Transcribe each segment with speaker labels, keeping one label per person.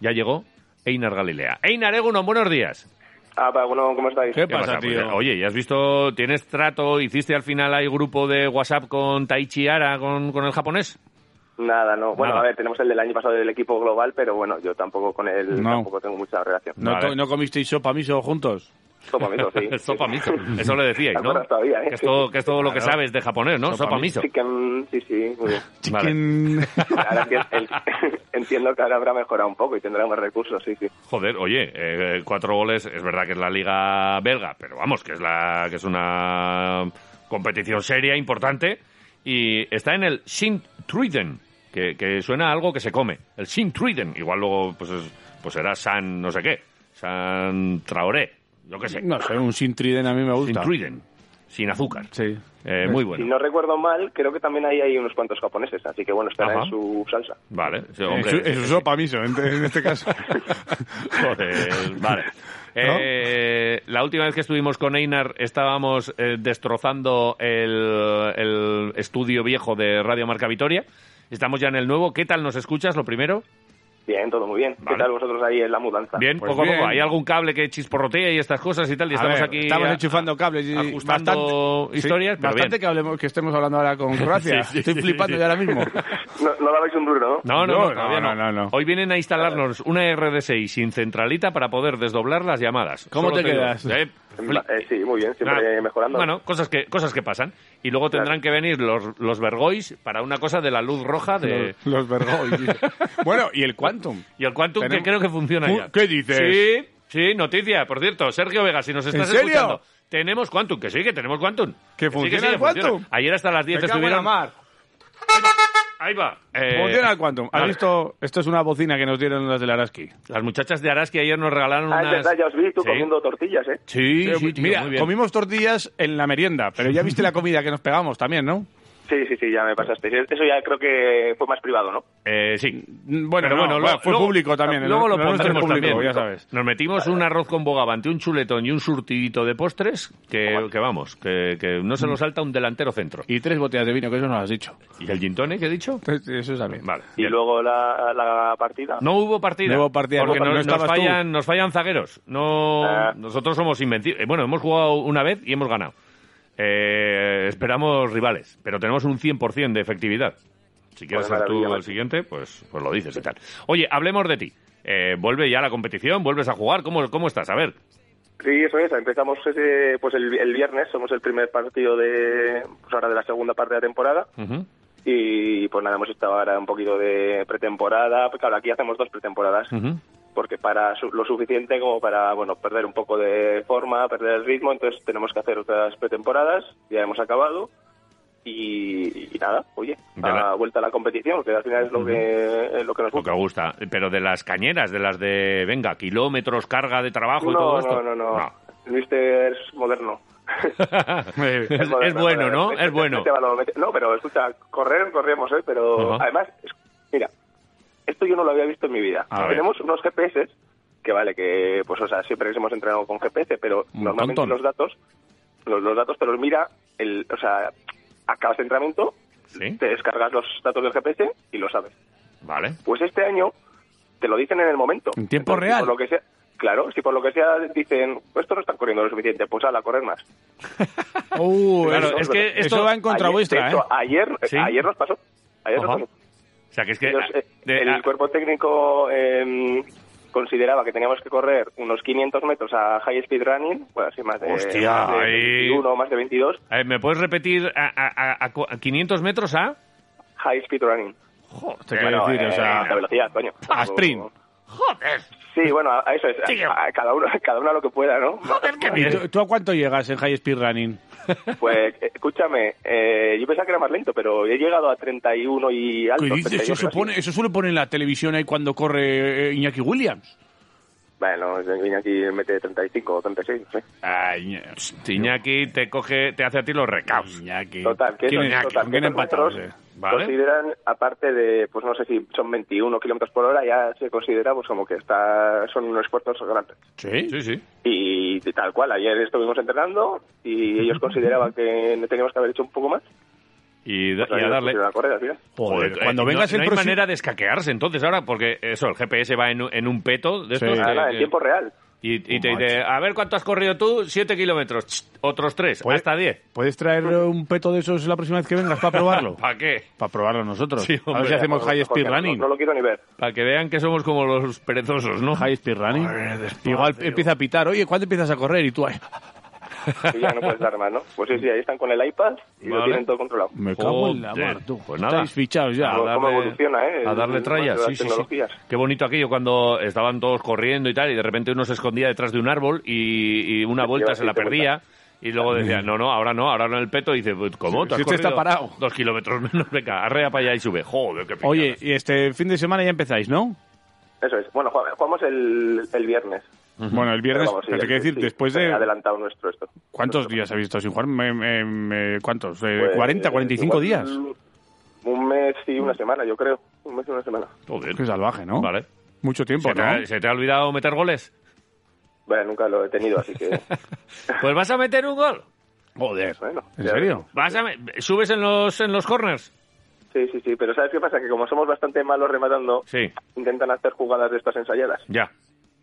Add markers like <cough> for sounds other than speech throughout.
Speaker 1: Ya llegó Einar Galilea. Einar Egunon, buenos días. Pues,
Speaker 2: Ah, pa, bueno, ¿cómo estáis?
Speaker 3: ¿Qué pasa, tío?
Speaker 1: Oye, ¿ya has visto? ¿Tienes trato? ¿Hiciste al final hay grupo de WhatsApp con Taichi Ara, con, con el japonés?
Speaker 2: Nada, no. Bueno,
Speaker 1: Nada.
Speaker 2: a ver, tenemos el del año pasado del equipo global, pero bueno, yo tampoco con él
Speaker 3: No.
Speaker 2: tampoco tengo mucha relación.
Speaker 3: ¿No,
Speaker 1: Vale.
Speaker 3: co- no comisteis sopa miso juntos?
Speaker 2: Sopa miso, sí.
Speaker 1: <laughs> El sopa
Speaker 2: <laughs>
Speaker 1: miso. Eso le decíais,
Speaker 2: ¿Te
Speaker 1: ¿no?
Speaker 2: acuerdas todavía, eh?
Speaker 1: Que es todo, que es todo lo que
Speaker 3: Claro.
Speaker 1: sabes de japonés, ¿no?
Speaker 3: Sopa
Speaker 1: Sopa miso.
Speaker 2: Chicken, sí, sí, muy bien.
Speaker 1: Vale.
Speaker 2: Ahora entiendo, el- <laughs> entiendo que ahora habrá mejorado un poco y tendrá más recursos, sí, sí.
Speaker 1: Joder, oye, eh, cuatro goles, es verdad que es la liga belga, pero vamos, que es la que es una competición seria, importante, y está en el Sint-Truiden, que, que suena a algo que se come, el Sint-Truiden, igual luego pues, es- pues será San no sé qué, San Traoré, yo qué sé,
Speaker 3: <laughs> No sé, un sin triden a mí me gusta.
Speaker 1: Sint-Truiden, sin azúcar,
Speaker 3: Sí.
Speaker 1: Eh, muy
Speaker 2: Si
Speaker 1: bueno.
Speaker 2: no recuerdo mal, creo que también ahí hay unos cuantos japoneses, así que bueno, estará
Speaker 1: Ajá.
Speaker 2: en su salsa.
Speaker 1: Vale, sí,
Speaker 3: Es,
Speaker 1: hombre,
Speaker 3: su- es su sopa miso, en, en este
Speaker 1: <laughs>
Speaker 3: caso. <laughs>
Speaker 1: Joder, vale. Eh, La última vez que estuvimos con Einar estábamos eh, destrozando el, el estudio viejo de Radio Marca Vitoria. Estamos ya en el nuevo. ¿Qué tal nos escuchas? Lo primero.
Speaker 2: Bien, todo muy bien.
Speaker 1: Vale.
Speaker 2: ¿Qué tal vosotros ahí en la mudanza?
Speaker 1: Bien,
Speaker 3: Pues
Speaker 1: poco a
Speaker 3: bien.
Speaker 1: poco. Hay algún cable que chisporrotea y estas cosas y tal. Y
Speaker 3: A
Speaker 1: estamos
Speaker 3: ver,
Speaker 1: aquí.
Speaker 3: Estamos
Speaker 1: a-
Speaker 3: enchufando cables y
Speaker 1: ajustando
Speaker 3: bastante-
Speaker 1: historias,
Speaker 3: sí,
Speaker 1: pero
Speaker 3: bastante
Speaker 1: bien.
Speaker 3: que hablemos, que estemos hablando ahora con
Speaker 1: <laughs>
Speaker 3: Croacia.
Speaker 1: Sí, sí,
Speaker 3: Estoy
Speaker 1: sí,
Speaker 3: flipando
Speaker 1: sí.
Speaker 3: ya
Speaker 1: <laughs>
Speaker 3: ahora mismo.
Speaker 2: No, no dabais un duro, ¿no?
Speaker 1: No, no, no,
Speaker 3: No,
Speaker 1: todavía no,
Speaker 3: no, no, no.
Speaker 1: Hoy vienen a instalarnos una RDSI sin centralita para poder desdoblar las llamadas.
Speaker 3: ¿Cómo te
Speaker 1: digo.
Speaker 3: quedas?
Speaker 1: Eh, fli-
Speaker 2: Eh, sí, muy bien, siempre
Speaker 1: Nada.
Speaker 2: mejorando.
Speaker 1: Bueno, cosas que, cosas que pasan. Y luego tendrán que venir los, los vergois para una cosa de la luz roja de...
Speaker 3: Los,
Speaker 1: <laughs>
Speaker 3: los Bergoglio. Bueno, y el Quantum.
Speaker 1: Y el Quantum
Speaker 3: Tenemos-
Speaker 1: que creo que funciona
Speaker 3: ¿Cu-
Speaker 1: ya.
Speaker 3: qué dices?
Speaker 1: Sí, sí, noticia. Por cierto, Sergio Vega, si nos estás
Speaker 3: serio?
Speaker 1: escuchando, tenemos Quantum, que sí, que tenemos Quantum.
Speaker 3: ¿Que
Speaker 1: sí,
Speaker 3: funciona
Speaker 1: sí,
Speaker 3: el
Speaker 1: que funciona.
Speaker 3: Quantum?
Speaker 1: Ayer hasta las 10
Speaker 3: Me cago en
Speaker 1: este
Speaker 3: la
Speaker 1: estuvieron...
Speaker 3: mar.
Speaker 1: Ahí va. Eh,
Speaker 3: Funciona el Quantum. ¿Has
Speaker 1: vale.
Speaker 3: visto? Esto es una bocina que nos dieron las del Araski.
Speaker 1: Las muchachas de Araski ayer nos regalaron
Speaker 2: Ah, es
Speaker 1: unas...
Speaker 2: verdad, ya os vi tú
Speaker 1: Sí.
Speaker 2: comiendo tortillas, ¿eh?
Speaker 1: Sí, sí, tío,
Speaker 3: Mira,
Speaker 1: muy bien.
Speaker 3: comimos tortillas en la merienda, pero ya viste la comida que nos pegamos también, ¿no?
Speaker 2: Sí, sí, sí, ya me pasaste. Eso ya creo que fue más privado, ¿no?
Speaker 1: Eh, sí.
Speaker 3: Mm, bueno,
Speaker 1: Pero
Speaker 3: no, bueno, fue público también,
Speaker 1: Luego
Speaker 3: el-
Speaker 1: lo
Speaker 3: el nuestro
Speaker 1: pondremos
Speaker 3: público,
Speaker 1: también.
Speaker 3: ya sabes.
Speaker 1: Nos metimos un arroz con bogavante, un chuletón y un surtidito de postres que, que vamos, que, que no se nos salta un delantero centro.
Speaker 3: Mm. Y tres botellas de vino, que eso no lo has dicho.
Speaker 1: ¿Y el gintone que he dicho?
Speaker 3: Eso también.
Speaker 1: Vale.
Speaker 2: Y
Speaker 1: bien.
Speaker 2: luego la, la partida.
Speaker 1: No hubo partida.
Speaker 3: No hubo partida,
Speaker 1: Porque
Speaker 3: no,
Speaker 1: nos-
Speaker 3: no
Speaker 1: nos,
Speaker 3: estabas tú.
Speaker 1: fallan, nos fallan zagueros. No,
Speaker 2: Ah.
Speaker 1: Nosotros somos invencibles. Eh, Bueno, hemos jugado una vez y hemos ganado. Eh, esperamos rivales, pero tenemos un 100% de efectividad. Si quieres
Speaker 2: Pues
Speaker 1: ser tú
Speaker 2: maravilla,
Speaker 1: el
Speaker 2: macho.
Speaker 1: siguiente, pues, pues lo dices y tal. Oye, hablemos de ti. Eh, vuelve ya la competición, vuelves a jugar. ¿Cómo, cómo estás? A ver.
Speaker 2: Sí, eso es. Empezamos ese- pues el, el viernes, somos el primer partido de, pues ahora de la segunda parte de la temporada.
Speaker 1: Ujú.
Speaker 2: Y pues nada, hemos estado ahora un poquito de pretemporada. Pues claro, aquí hacemos dos pretemporadas.
Speaker 1: Ujú.
Speaker 2: Porque para su- lo suficiente como para, bueno, perder un poco de forma, perder el ritmo. Entonces tenemos que hacer otras pretemporadas. Ya hemos acabado. Y, y nada, oye,
Speaker 1: De
Speaker 2: a
Speaker 1: la-
Speaker 2: vuelta a la competición, que al final es lo que, lo que nos
Speaker 1: Lo que
Speaker 2: gusta.
Speaker 1: gusta. Pero de las cañeras, de las de, venga, kilómetros, carga de trabajo y
Speaker 2: no,
Speaker 1: todo
Speaker 2: no,
Speaker 1: esto.
Speaker 2: no, no, Mister es moderno.
Speaker 1: <laughs> es, es
Speaker 2: moderno,
Speaker 1: bueno, ¿no?
Speaker 2: moderno.
Speaker 1: Es bueno.
Speaker 2: Mete balón, mete- No, pero escucha, correr corremos, ¿eh? Pero
Speaker 1: Ajá.
Speaker 2: además, es- mira, esto yo no lo había visto en mi vida.
Speaker 1: A ver.
Speaker 2: Tenemos unos GPS que vale, que pues o sea, siempre les hemos entrenado con GPS, pero
Speaker 3: Un
Speaker 2: normalmente
Speaker 3: montón.
Speaker 2: los datos, los, los datos te los mira, el, o sea, acabas el entrenamiento,
Speaker 1: Sí,
Speaker 2: te descargas los datos del GPS y lo sabes.
Speaker 1: vale.
Speaker 2: Pues este año te lo dicen en el momento.
Speaker 3: ¿En tiempo
Speaker 2: Entonces,
Speaker 3: real?
Speaker 2: si por lo que sea, claro, si por lo que sea dicen, pues esto no están corriendo lo suficiente, pues ala, correr más.
Speaker 3: <laughs> Uh,
Speaker 1: Claro,
Speaker 3: eso,
Speaker 1: es que
Speaker 3: eso
Speaker 1: esto-
Speaker 3: va en contra
Speaker 2: Ayer-
Speaker 3: vuestra,
Speaker 2: de
Speaker 3: ¿eh?
Speaker 2: hecho, ayer,
Speaker 1: Sí.
Speaker 2: ayer nos pasó. Ayer nos
Speaker 1: Ajá.
Speaker 2: pasó.
Speaker 1: O sea, que es que...
Speaker 2: Ellos, eh,
Speaker 1: de-
Speaker 2: el
Speaker 1: ah,
Speaker 2: cuerpo técnico eh, consideraba que teníamos que correr unos 500 metros a high speed running, bueno, así más de,
Speaker 1: Hostia,
Speaker 2: más de
Speaker 1: ahí.
Speaker 2: 21, más de 22,
Speaker 1: a ver, ¿Me puedes repetir a, a- a- a cu- a 500 metros a...?
Speaker 2: high speed running.
Speaker 1: Joder,
Speaker 3: Te quiero
Speaker 2: Bueno,
Speaker 3: decir, o
Speaker 2: eh,
Speaker 3: sea,
Speaker 2: la velocidad, coño.
Speaker 3: a sprint.
Speaker 1: ¡Joder!
Speaker 2: Sí, bueno, a, a eso es.
Speaker 1: Sí.
Speaker 2: A, a cada uno, <laughs> a cada uno a lo que pueda,
Speaker 3: <laughs>
Speaker 2: ¿no?
Speaker 1: ¡Joder, qué
Speaker 3: ¿Y
Speaker 1: bien!
Speaker 3: tú, tú a cuánto llegas en high speed running?
Speaker 2: Pues eh, escúchame, eh, yo pensaba que era más lento, pero he llegado a 31 y alto.
Speaker 3: ¿Qué dices?
Speaker 2: 38,
Speaker 3: Eso, se
Speaker 2: así.
Speaker 3: pone- eso suele poner en la televisión ahí cuando corre eh, Iñaki Williams.
Speaker 2: Bueno, viene aquí y mete 35 o 36, no sé.
Speaker 3: Ay, Iñaki.
Speaker 1: Iñaki te coge, te hace a ti los recaos.
Speaker 3: Iñaki.
Speaker 2: Total, que
Speaker 3: ¿Quién
Speaker 2: esos-
Speaker 3: Iñaki?
Speaker 2: total,
Speaker 3: ¿Con quién
Speaker 2: que esos
Speaker 3: empatamos,
Speaker 2: metros
Speaker 3: eh?
Speaker 1: ¿Vale?
Speaker 2: Consideran, aparte de, pues no sé si son 21 kilómetros por hora, ya se considera pues como que está, son unos esfuerzos grandes.
Speaker 3: ¿Sí?
Speaker 1: Sí, sí.
Speaker 2: Y tal cual, ayer estuvimos entrenando y ellos consideraban que teníamos que haber hecho un poco más.
Speaker 1: Y, da-
Speaker 2: O sea,
Speaker 1: y a
Speaker 2: ellos
Speaker 1: darle.
Speaker 2: pusieron a pues, correr al final.
Speaker 3: Joder,
Speaker 1: eh,
Speaker 3: cuando
Speaker 1: no-
Speaker 3: vengas
Speaker 1: no,
Speaker 3: el
Speaker 1: hay
Speaker 3: próximo...
Speaker 1: manera de escaquearse entonces ahora, porque eso, el GPS va en, un- en un peto de
Speaker 3: Sí.
Speaker 1: estos.
Speaker 3: Eh,
Speaker 2: Nada,
Speaker 1: que-
Speaker 2: nada, en
Speaker 1: que-
Speaker 2: tiempo real.
Speaker 1: Y, y te
Speaker 3: Macho.
Speaker 1: dice, a ver cuánto has corrido tú, 7 kilómetros, Ch, otros 3,
Speaker 3: ¿Puede-
Speaker 1: hasta 10.
Speaker 3: ¿Puedes traer eh, un peto de esos la próxima vez que vengas para <laughs> probarlo?
Speaker 1: ¿Para qué?
Speaker 3: para probarlo nosotros.
Speaker 1: Sí,
Speaker 3: a
Speaker 1: hombre.
Speaker 3: ver si hacemos
Speaker 2: Mejor
Speaker 3: high speed
Speaker 2: que no-
Speaker 3: running.
Speaker 2: No, lo quiero ni ver.
Speaker 1: Para que vean que somos como los perezosos, ¿no?
Speaker 3: High speed running.
Speaker 1: Joder, despacio.
Speaker 3: Igual empieza a pitar. Oye, ¿cuándo empiezas a correr? Y tú... ay,
Speaker 2: <laughs> Y ya no puedes dar más, ¿no? Pues sí, sí, ahí están con el iPad y
Speaker 1: Vale.
Speaker 2: lo tienen todo controlado.
Speaker 3: Me cago en la
Speaker 1: Joder,
Speaker 3: mar, tú.
Speaker 1: pues nada.
Speaker 3: Estáis fichados ya.
Speaker 1: A
Speaker 2: Cómo- cómo
Speaker 1: darle-
Speaker 2: evoluciona, ¿eh?
Speaker 1: A darle
Speaker 2: El-
Speaker 1: trallas,
Speaker 2: las
Speaker 1: sí, sí, sí.
Speaker 2: tecnologías.
Speaker 1: Qué bonito aquello cuando estaban todos corriendo y tal, y de repente uno se escondía detrás de un árbol y, y una vuelta se la
Speaker 2: siete
Speaker 1: perdía. Y luego decía, no, no, ahora no, ahora no el peto. Y dice, pues, ¿cómo?
Speaker 3: Sí,
Speaker 1: ¿Te has
Speaker 3: sí, usted está
Speaker 1: corrido
Speaker 3: parado.
Speaker 1: Dos kilómetros menos, venga, arrea para allá y sube. Joder, qué picadas.
Speaker 3: Oye, y este fin de semana ya empezáis, ¿no?
Speaker 2: Eso es. Bueno, jugamos- jugamos el, el viernes.
Speaker 3: Bueno, el viernes,
Speaker 2: Pero vamos, sí,
Speaker 3: te
Speaker 2: el-
Speaker 3: quiero decir,
Speaker 2: sí,
Speaker 3: después de...
Speaker 2: Adelantado nuestro esto.
Speaker 3: ¿Cuántos
Speaker 2: Nuestro.
Speaker 3: días habéis estado sin jugar? Me- me- me- ¿Cuántos? Eh,
Speaker 2: Pues,
Speaker 3: ¿40,
Speaker 2: eh,
Speaker 3: 45
Speaker 2: igual,
Speaker 3: días?
Speaker 2: Un mes y una semana, yo creo. Un mes y una semana.
Speaker 1: Joder.
Speaker 3: Qué salvaje, ¿no?
Speaker 1: Vale.
Speaker 3: Mucho tiempo,
Speaker 1: ¿Se te, ha,
Speaker 3: ¿no?
Speaker 1: se te ha olvidado meter goles?
Speaker 2: Bueno, nunca lo he tenido, así
Speaker 3: <laughs>
Speaker 2: que.
Speaker 1: Pues vas a meter un gol.
Speaker 3: Joder.
Speaker 2: Bueno,
Speaker 3: ¿En
Speaker 2: ya
Speaker 3: serio?
Speaker 1: Vas a me- ¿Subes en los, en los corners?
Speaker 2: sí, sí, sí. Pero ¿sabes qué pasa? Que como somos bastante malos rematando,
Speaker 1: Sí,
Speaker 2: intentan hacer jugadas de estas ensayadas.
Speaker 1: ya.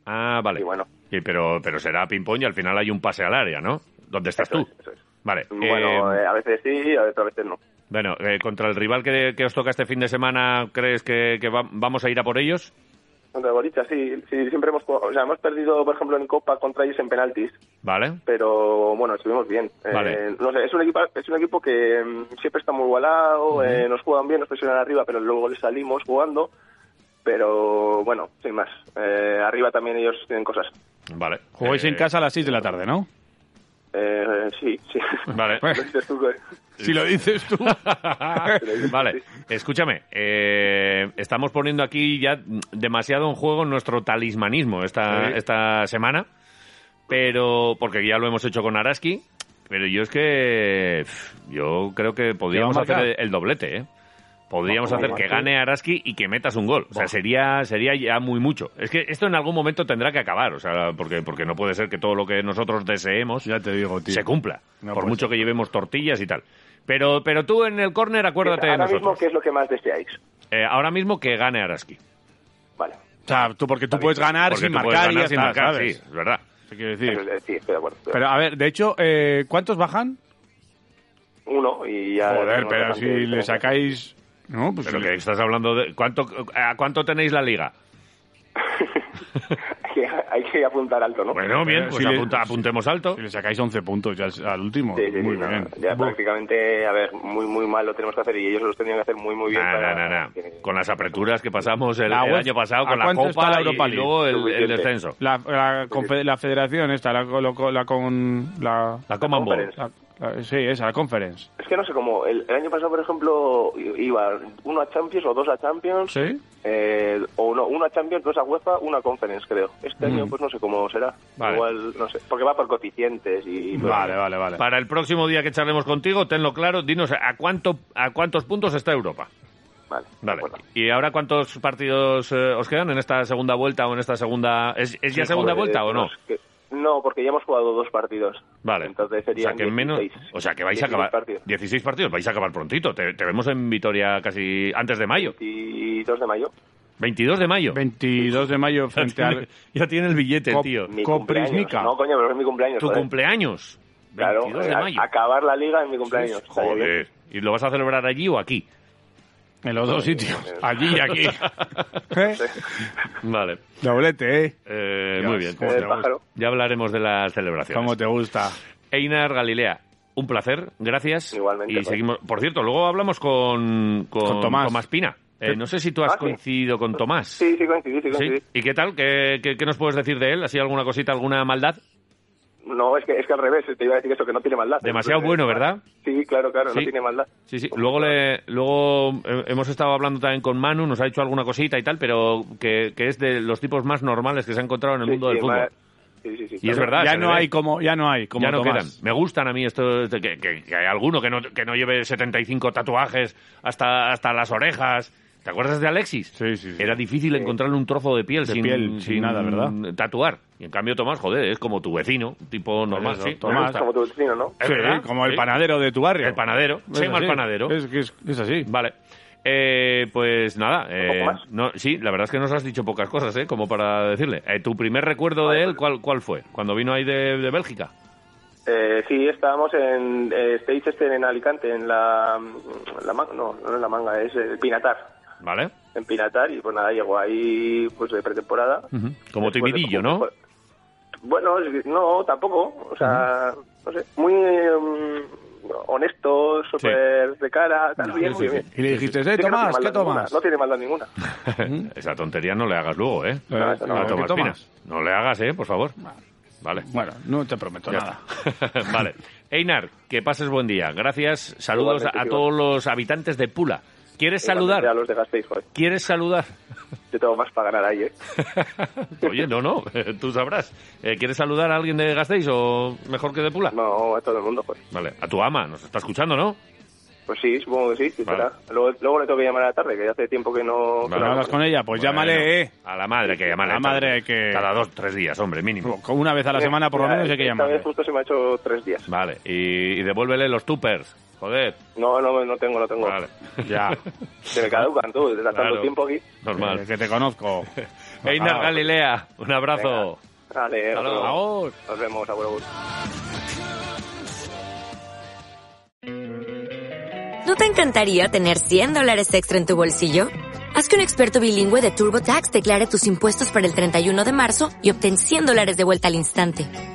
Speaker 1: Ah, vale.
Speaker 2: Y bueno.
Speaker 1: Sí, pero, pero será ping-pong y al final hay un pase al área, ¿no? ¿Dónde estás
Speaker 2: Eso
Speaker 1: tú?
Speaker 2: es, eso es.
Speaker 1: Vale.
Speaker 2: Bueno,
Speaker 1: eh,
Speaker 2: eh, a veces sí, a veces, a veces no.
Speaker 1: Bueno, eh, contra el rival que, que os toca este fin de semana, ¿crees que, que va- vamos a ir a por ellos?
Speaker 2: Contra Goricha, sí, sí, siempre hemos jugado- o sea, hemos perdido, por ejemplo, en Copa contra ellos en penaltis,
Speaker 1: Vale.
Speaker 2: pero bueno, estuvimos bien. Eh,
Speaker 1: Vale.
Speaker 2: no sé, es un equipo, es un equipo que mm, siempre está muy igualado, eh, nos juegan bien, nos presionan arriba, pero luego les salimos jugando. Pero bueno, sin más. Eh, arriba también ellos tienen cosas.
Speaker 1: Vale.
Speaker 3: Jugáis
Speaker 1: Eh,
Speaker 3: en casa a las 6 de la tarde, ¿no?
Speaker 2: Eh, sí, <laughs> sí. <laughs>
Speaker 1: Vale.
Speaker 2: Lo dices tú, güey.
Speaker 3: Si lo dices tú.
Speaker 1: <laughs> vale. Escúchame, eh, estamos poniendo aquí ya demasiado en juego nuestro talismanismo esta,
Speaker 3: Sí.
Speaker 1: esta semana, pero porque ya lo hemos hecho con Araski, pero yo es que pf, yo creo que podríamos
Speaker 3: a marcar?
Speaker 1: hacer el, el doblete, ¿eh? Podríamos
Speaker 2: Buah,
Speaker 1: hacer
Speaker 2: buah,
Speaker 1: que
Speaker 2: buah.
Speaker 1: gane Araski y que metas un gol. O sea, sería, sería ya muy mucho. Es que esto en algún momento tendrá que acabar, o sea, porque, porque no puede ser que todo lo que nosotros deseemos
Speaker 3: Ya te digo, tío.
Speaker 1: se cumpla.
Speaker 3: No pues
Speaker 1: por
Speaker 3: puede
Speaker 1: mucho que llevemos tortillas y tal. Pero, pero tú en el córner acuérdate de
Speaker 2: Ahora
Speaker 1: nosotros.
Speaker 2: mismo, ¿qué es lo que más deseáis?
Speaker 1: Eh, ahora mismo que gane Araski.
Speaker 2: Vale.
Speaker 3: O sea, tú, porque tú puedes ganar
Speaker 1: Porque
Speaker 3: sin
Speaker 1: tú puedes
Speaker 3: marcar y
Speaker 1: ganar
Speaker 3: ya
Speaker 1: sin
Speaker 3: está,
Speaker 1: marcar,
Speaker 3: ¿sabes?
Speaker 1: sí, es verdad.
Speaker 3: ¿Qué quiere
Speaker 2: Eso
Speaker 3: decir?
Speaker 2: es- Sí, estoy de acuerdo.
Speaker 3: Pero, a ver, de hecho, eh, ¿cuántos bajan?
Speaker 2: Uno y ya... tenemos
Speaker 3: Joder, pero si
Speaker 2: bastante
Speaker 3: le
Speaker 2: diferencia.
Speaker 3: sacáis... No, pues...
Speaker 1: Pero
Speaker 3: si
Speaker 1: que
Speaker 3: le-
Speaker 1: estás hablando de... ¿cuánto, ¿A cuánto tenéis la liga?
Speaker 2: <laughs> Hay que- Hay que apuntar alto, ¿no?
Speaker 1: Bueno, bien,
Speaker 3: Eh,
Speaker 1: pues
Speaker 3: si le-
Speaker 1: apunta- apuntemos alto.
Speaker 3: Si le sacáis 11 puntos ya al- al último,
Speaker 2: Sí, sí,
Speaker 3: muy
Speaker 2: sí, no,
Speaker 3: bien.
Speaker 2: ya prácticamente, a ver, muy, muy mal lo tenemos que hacer y ellos los tenían que hacer muy, muy bien.
Speaker 1: Nah,
Speaker 2: para-
Speaker 1: nah, nah, nah. Con las apreturas que pasamos el,
Speaker 3: La
Speaker 1: el
Speaker 3: UEFA-
Speaker 1: año pasado,
Speaker 3: ¿a
Speaker 1: con la
Speaker 3: cuánto está la
Speaker 1: Copa y-
Speaker 3: Europa
Speaker 1: y,
Speaker 3: League?
Speaker 1: luego el- el,
Speaker 2: Suficiente.
Speaker 1: descenso.
Speaker 3: La, la, confe- la federación esta, la, co- lo- co- la con... La,
Speaker 1: La Common Ball.
Speaker 2: Conference.
Speaker 3: la- la- sí, esa, la conference.
Speaker 2: Es que no sé cómo, el, el año pasado, por ejemplo, iba uno a Champions o dos a Champions,
Speaker 3: ¿Sí?
Speaker 2: eh, o no, uno a Champions, dos a UEFA, una a Conference, creo. Este año, pues no sé cómo será.
Speaker 1: Mm. Vale.
Speaker 2: Igual, no sé, porque va por coeficientes y... pues,
Speaker 3: Vale, vale, vale.
Speaker 1: Para el próximo día que charlemos contigo, tenlo claro, dinos a cuánto a cuántos puntos está Europa.
Speaker 2: Vale, de
Speaker 1: Vale.
Speaker 2: acuerdo.
Speaker 1: ¿Y ahora cuántos partidos eh, os quedan en esta segunda vuelta o en esta segunda... ¿Es, es ya segunda
Speaker 2: Joder, pues,
Speaker 1: vuelta o no?
Speaker 2: tenemos que- No, porque ya hemos jugado dos partidos.
Speaker 1: Vale.
Speaker 2: Entonces
Speaker 1: o sea
Speaker 2: serían
Speaker 1: que menos,
Speaker 2: 16.
Speaker 1: o sea que vais
Speaker 2: 16
Speaker 1: a acabar
Speaker 2: partidos.
Speaker 1: 16 partidos, vais a acabar prontito. Te, te vemos en Vitoria casi antes de mayo,
Speaker 2: 22 de mayo.
Speaker 1: 22 de mayo.
Speaker 3: 22 de mayo
Speaker 1: Ya
Speaker 3: frente
Speaker 1: tiene,
Speaker 3: al...
Speaker 1: ya tiene el billete,
Speaker 3: Cop-
Speaker 1: tío.
Speaker 2: Mi
Speaker 3: Copris
Speaker 2: cumpleaños.
Speaker 3: Nica.
Speaker 2: No, coño, pero es mi cumpleaños.
Speaker 1: Tu
Speaker 2: joder.
Speaker 1: cumpleaños. 22
Speaker 2: Claro,
Speaker 1: de
Speaker 2: a-
Speaker 1: mayo.
Speaker 2: acabar la liga en mi cumpleaños. Estaría bien.
Speaker 1: Joder. ¿Y lo vas a celebrar allí o aquí?
Speaker 3: En los dos sitios. Allí
Speaker 1: <laughs>
Speaker 3: y aquí. ¿Eh?
Speaker 1: Vale.
Speaker 3: Doblete, ¿eh?
Speaker 1: Eh,
Speaker 3: Dios,
Speaker 1: muy bien.
Speaker 3: cómo
Speaker 2: Eh,
Speaker 3: te
Speaker 2: pájaro.
Speaker 1: Ya hablaremos de las celebraciones.
Speaker 3: Como te gusta.
Speaker 1: Einar Galilea, un placer, gracias.
Speaker 2: Igualmente,
Speaker 1: Y
Speaker 2: pues.
Speaker 1: seguimos. Por cierto, luego hablamos con, con,
Speaker 3: Con Tomás.
Speaker 1: Pina, Eh, no sé si tú has
Speaker 2: Ah, sí.
Speaker 1: coincidido con Tomás.
Speaker 2: Sí, sí, coincidí, sí, coincidí.
Speaker 1: ¿Sí? ¿Y qué tal? ¿Qué, qué, qué nos puedes decir de él? ¿Así alguna cosita, alguna maldad?
Speaker 2: No, es que, es que al revés, te iba a decir eso, que no tiene maldad.
Speaker 1: Demasiado bueno, ¿verdad?
Speaker 2: Sí, claro, claro,
Speaker 1: Sí.
Speaker 2: no tiene maldad.
Speaker 1: Sí, sí. Luego, le, luego eh, hemos estado hablando también con Manu, nos ha dicho alguna cosita y tal, pero que, que es de los tipos más normales que se ha encontrado en el
Speaker 2: Sí,
Speaker 1: mundo del
Speaker 2: sí,
Speaker 1: fútbol.
Speaker 2: ma- sí, sí, sí,
Speaker 1: Y es
Speaker 2: claro.
Speaker 1: verdad.
Speaker 3: ya
Speaker 1: se
Speaker 3: no
Speaker 1: ve.
Speaker 3: hay como, ya no hay como
Speaker 1: ya no
Speaker 3: Tomás.
Speaker 1: quedan. Me gustan a mí estos, de que, que- que hay alguno que no, que no lleve 75 tatuajes hasta, hasta las orejas. ¿Te acuerdas de Alexis?
Speaker 3: Sí, sí, sí.
Speaker 1: Era difícil encontrarle un trozo de piel,
Speaker 3: De
Speaker 1: sin,
Speaker 3: piel, sin nada, ¿verdad?
Speaker 1: Tatuar. Y en cambio Tomás, joder, es como tu vecino, un tipo normal,
Speaker 3: eso,
Speaker 1: sí. me
Speaker 3: Tomás.
Speaker 1: gusta.
Speaker 2: Como tu vecino, ¿no?
Speaker 1: Es
Speaker 3: Sí,
Speaker 1: verdad,
Speaker 3: como el
Speaker 1: sí.
Speaker 3: panadero de tu barrio.
Speaker 1: El panadero.
Speaker 3: Es
Speaker 1: Soy mal
Speaker 3: así.
Speaker 1: panadero.
Speaker 3: Es, que es, es así.
Speaker 1: Vale. Eh, pues nada, eh,
Speaker 2: más?
Speaker 1: no, sí, la verdad es que nos has dicho pocas cosas, ¿eh? Como para decirle. Eh, ¿Tu primer recuerdo de
Speaker 3: pues.
Speaker 1: él cuál, cuál fue? Cuando vino ahí de, de Bélgica.
Speaker 2: Eh, sí, estábamos en eh, Stage este en Alicante, en la, la manga, no, no es la manga, es el Pinatar.
Speaker 1: ¿Vale?
Speaker 2: En Pinatar, y pues nada, llegó ahí pues de pretemporada.
Speaker 1: Como
Speaker 2: Después de-
Speaker 1: timidillo, ¿no?
Speaker 2: Bueno, es- no, tampoco. O sea, no sé, muy mm, honesto, súper de cara, tal, bien, muy bien.
Speaker 3: Y le dijiste, eh,
Speaker 2: Sí que no
Speaker 3: Tomás,
Speaker 2: tiene maldad
Speaker 3: ¿qué
Speaker 2: ninguna,
Speaker 3: tomas?
Speaker 2: No tiene maldad
Speaker 3: <laughs>
Speaker 2: ninguna.
Speaker 1: Esa tontería no le hagas luego, ¿eh?
Speaker 3: Eh,
Speaker 2: no, no,
Speaker 1: a
Speaker 3: ¿qué
Speaker 1: Tomás
Speaker 3: tomas?
Speaker 1: Pina. No le hagas, ¿eh? Por favor. Vale.
Speaker 3: Bueno, no te prometo
Speaker 1: Ya
Speaker 3: nada.
Speaker 1: está. <laughs> vale. Einar, que pases buen día. Gracias. Saludos
Speaker 2: Igualmente,
Speaker 1: a
Speaker 2: igual.
Speaker 1: todos los habitantes de Pula. ¿Quieres
Speaker 2: Igualmente A
Speaker 1: saludar?
Speaker 2: los de Gasteiz, joder.
Speaker 1: ¿Quieres saludar? <laughs>
Speaker 2: Yo tengo más para ganar
Speaker 3: <laughs>
Speaker 2: ahí, ¿eh?
Speaker 1: Oye, no, no, <laughs> tú sabrás. Eh, ¿Quieres saludar a alguien de Gasteiz o mejor que de Pula?
Speaker 2: No, a todo el mundo, joder.
Speaker 1: Vale, a tu ama, nos está escuchando, ¿no?
Speaker 2: Pues sí, supongo que sí, sí
Speaker 1: Vale.
Speaker 2: será. Luego, luego le tengo que llamar a la tarde, que ya hace tiempo que no...
Speaker 1: Vale.
Speaker 3: ¿No hablas con ella? Pues llámale,
Speaker 1: Bueno,
Speaker 3: eh.
Speaker 1: A la madre hay que llamarle.
Speaker 3: A la madre hay que-
Speaker 1: Cada dos, tres días, hombre,
Speaker 3: <laughs>
Speaker 1: mínimo.
Speaker 3: Con eh. Una vez a la semana por lo
Speaker 2: Mira,
Speaker 3: menos hay que
Speaker 2: esta
Speaker 3: llamarle.
Speaker 2: vez justo se me ha hecho tres días.
Speaker 1: Vale, y, y devuélvele los tuppers. Joder.
Speaker 2: No, no, no tengo, no tengo.
Speaker 1: Vale.
Speaker 3: Ya,
Speaker 2: Se me caducan, tú, desde tanto
Speaker 1: Claro.
Speaker 2: tiempo aquí.
Speaker 3: eh,
Speaker 1: <laughs>
Speaker 3: <laughs>
Speaker 1: Normal.
Speaker 3: que
Speaker 1: <laughs>
Speaker 3: te conozco.
Speaker 1: Einar
Speaker 3: Ah.
Speaker 1: Galilea, un abrazo.
Speaker 2: Vale,
Speaker 1: Hasta
Speaker 2: otro-
Speaker 1: luego.
Speaker 3: Ahora.
Speaker 2: nos vemos, abuelo.
Speaker 4: ¿No te encantaría tener 100 dólares extra en tu bolsillo? Haz que un experto bilingüe de TurboTax declare tus impuestos para el 31 de marzo y obtén 100 dólares de vuelta al instante.